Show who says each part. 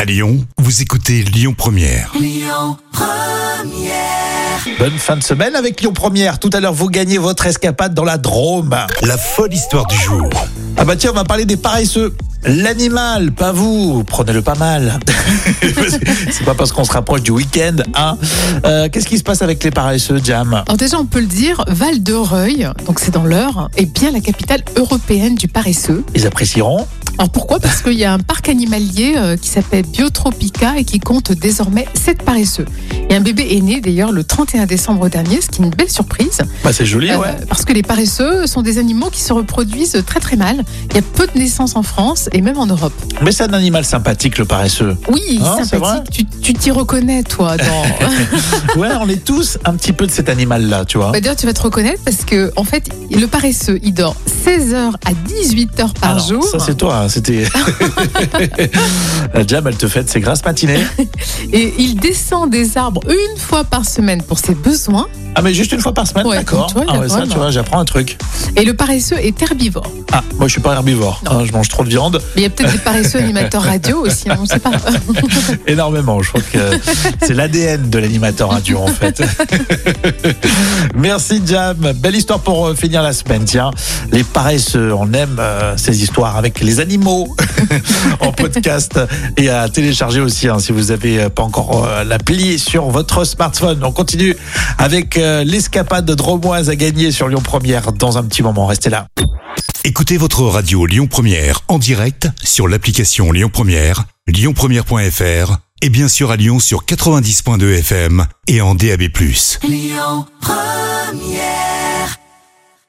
Speaker 1: À Lyon, vous écoutez Lyon Première.
Speaker 2: Bonne fin de semaine avec Lyon Première. Tout à l'heure, vous gagnez votre escapade dans la Drôme.
Speaker 1: La folle histoire du jour.
Speaker 2: Ah bah tiens, on va parler des paresseux. L'animal, pas vous, prenez-le pas mal. C'est pas parce qu'on se rapproche du week-end, hein. Euh, Qu'est-ce qui se passe avec les paresseux, Jam
Speaker 3: Alors déjà, on peut le dire, Val de Reuil, donc c'est dans l'Eure, est bien la capitale européenne du paresseux.
Speaker 2: Ils apprécieront.
Speaker 3: Alors pourquoi Parce qu'il y a un parc animalier euh, qui s'appelle Biotropica et qui compte désormais 7 paresseux. Et un bébé est né d'ailleurs le 31 décembre dernier, ce qui est une belle surprise.
Speaker 2: Bah c'est joli,
Speaker 3: Euh, Parce que les paresseux sont des animaux qui se reproduisent très très mal. Il y a peu de naissances en France et même en Europe.
Speaker 2: Mais c'est un animal sympathique, le paresseux.
Speaker 3: Oui,
Speaker 2: Ah, c'est Ah.
Speaker 3: sympathique. Tu- Tu t'y reconnais, toi, dans...
Speaker 2: Ouais, on est tous un petit peu de cet animal-là, tu vois.
Speaker 3: Bah, D'ailleurs, tu vas te reconnaître parce que, en fait, le paresseux, il dort 16h à 18h par
Speaker 2: Alors,
Speaker 3: jour.
Speaker 2: Ça, c'est toi. hein, C'était. La Jam, elle te fête ses grasses matinées.
Speaker 3: Et il descend des arbres une fois par semaine pour ses besoins.
Speaker 2: Ah, mais juste une fois par semaine,
Speaker 3: Ouais,
Speaker 2: d'accord.
Speaker 3: tu vois,
Speaker 2: ah, ouais, ça,
Speaker 3: d'accord.
Speaker 2: tu vois, j'apprends un truc.
Speaker 3: Et le paresseux est herbivore.
Speaker 2: Ah, moi, je suis pas herbivore. hein, je mange trop de viande.
Speaker 3: Mais il y a peut-être des paresseux animateurs radio aussi, hein, on ne sait pas.
Speaker 2: énormément. Je crois que c'est l'ADN de l'animateur radio en fait. Merci Jam. Belle histoire pour euh, finir la semaine. Tiens, les paresseux, on aime euh, ces histoires avec les animaux en podcast et à télécharger aussi hein, si vous avez euh, pas encore euh, l'appli sur votre smartphone. On continue avec euh, l'escapade dromoise à gagner sur Lyon Première dans un petit moment. Restez là.
Speaker 1: Écoutez votre radio Lyon Première en direct sur l'application Lyon Première, lyonpremière.fr et bien sûr à Lyon sur 90.2 FM et en DAB+.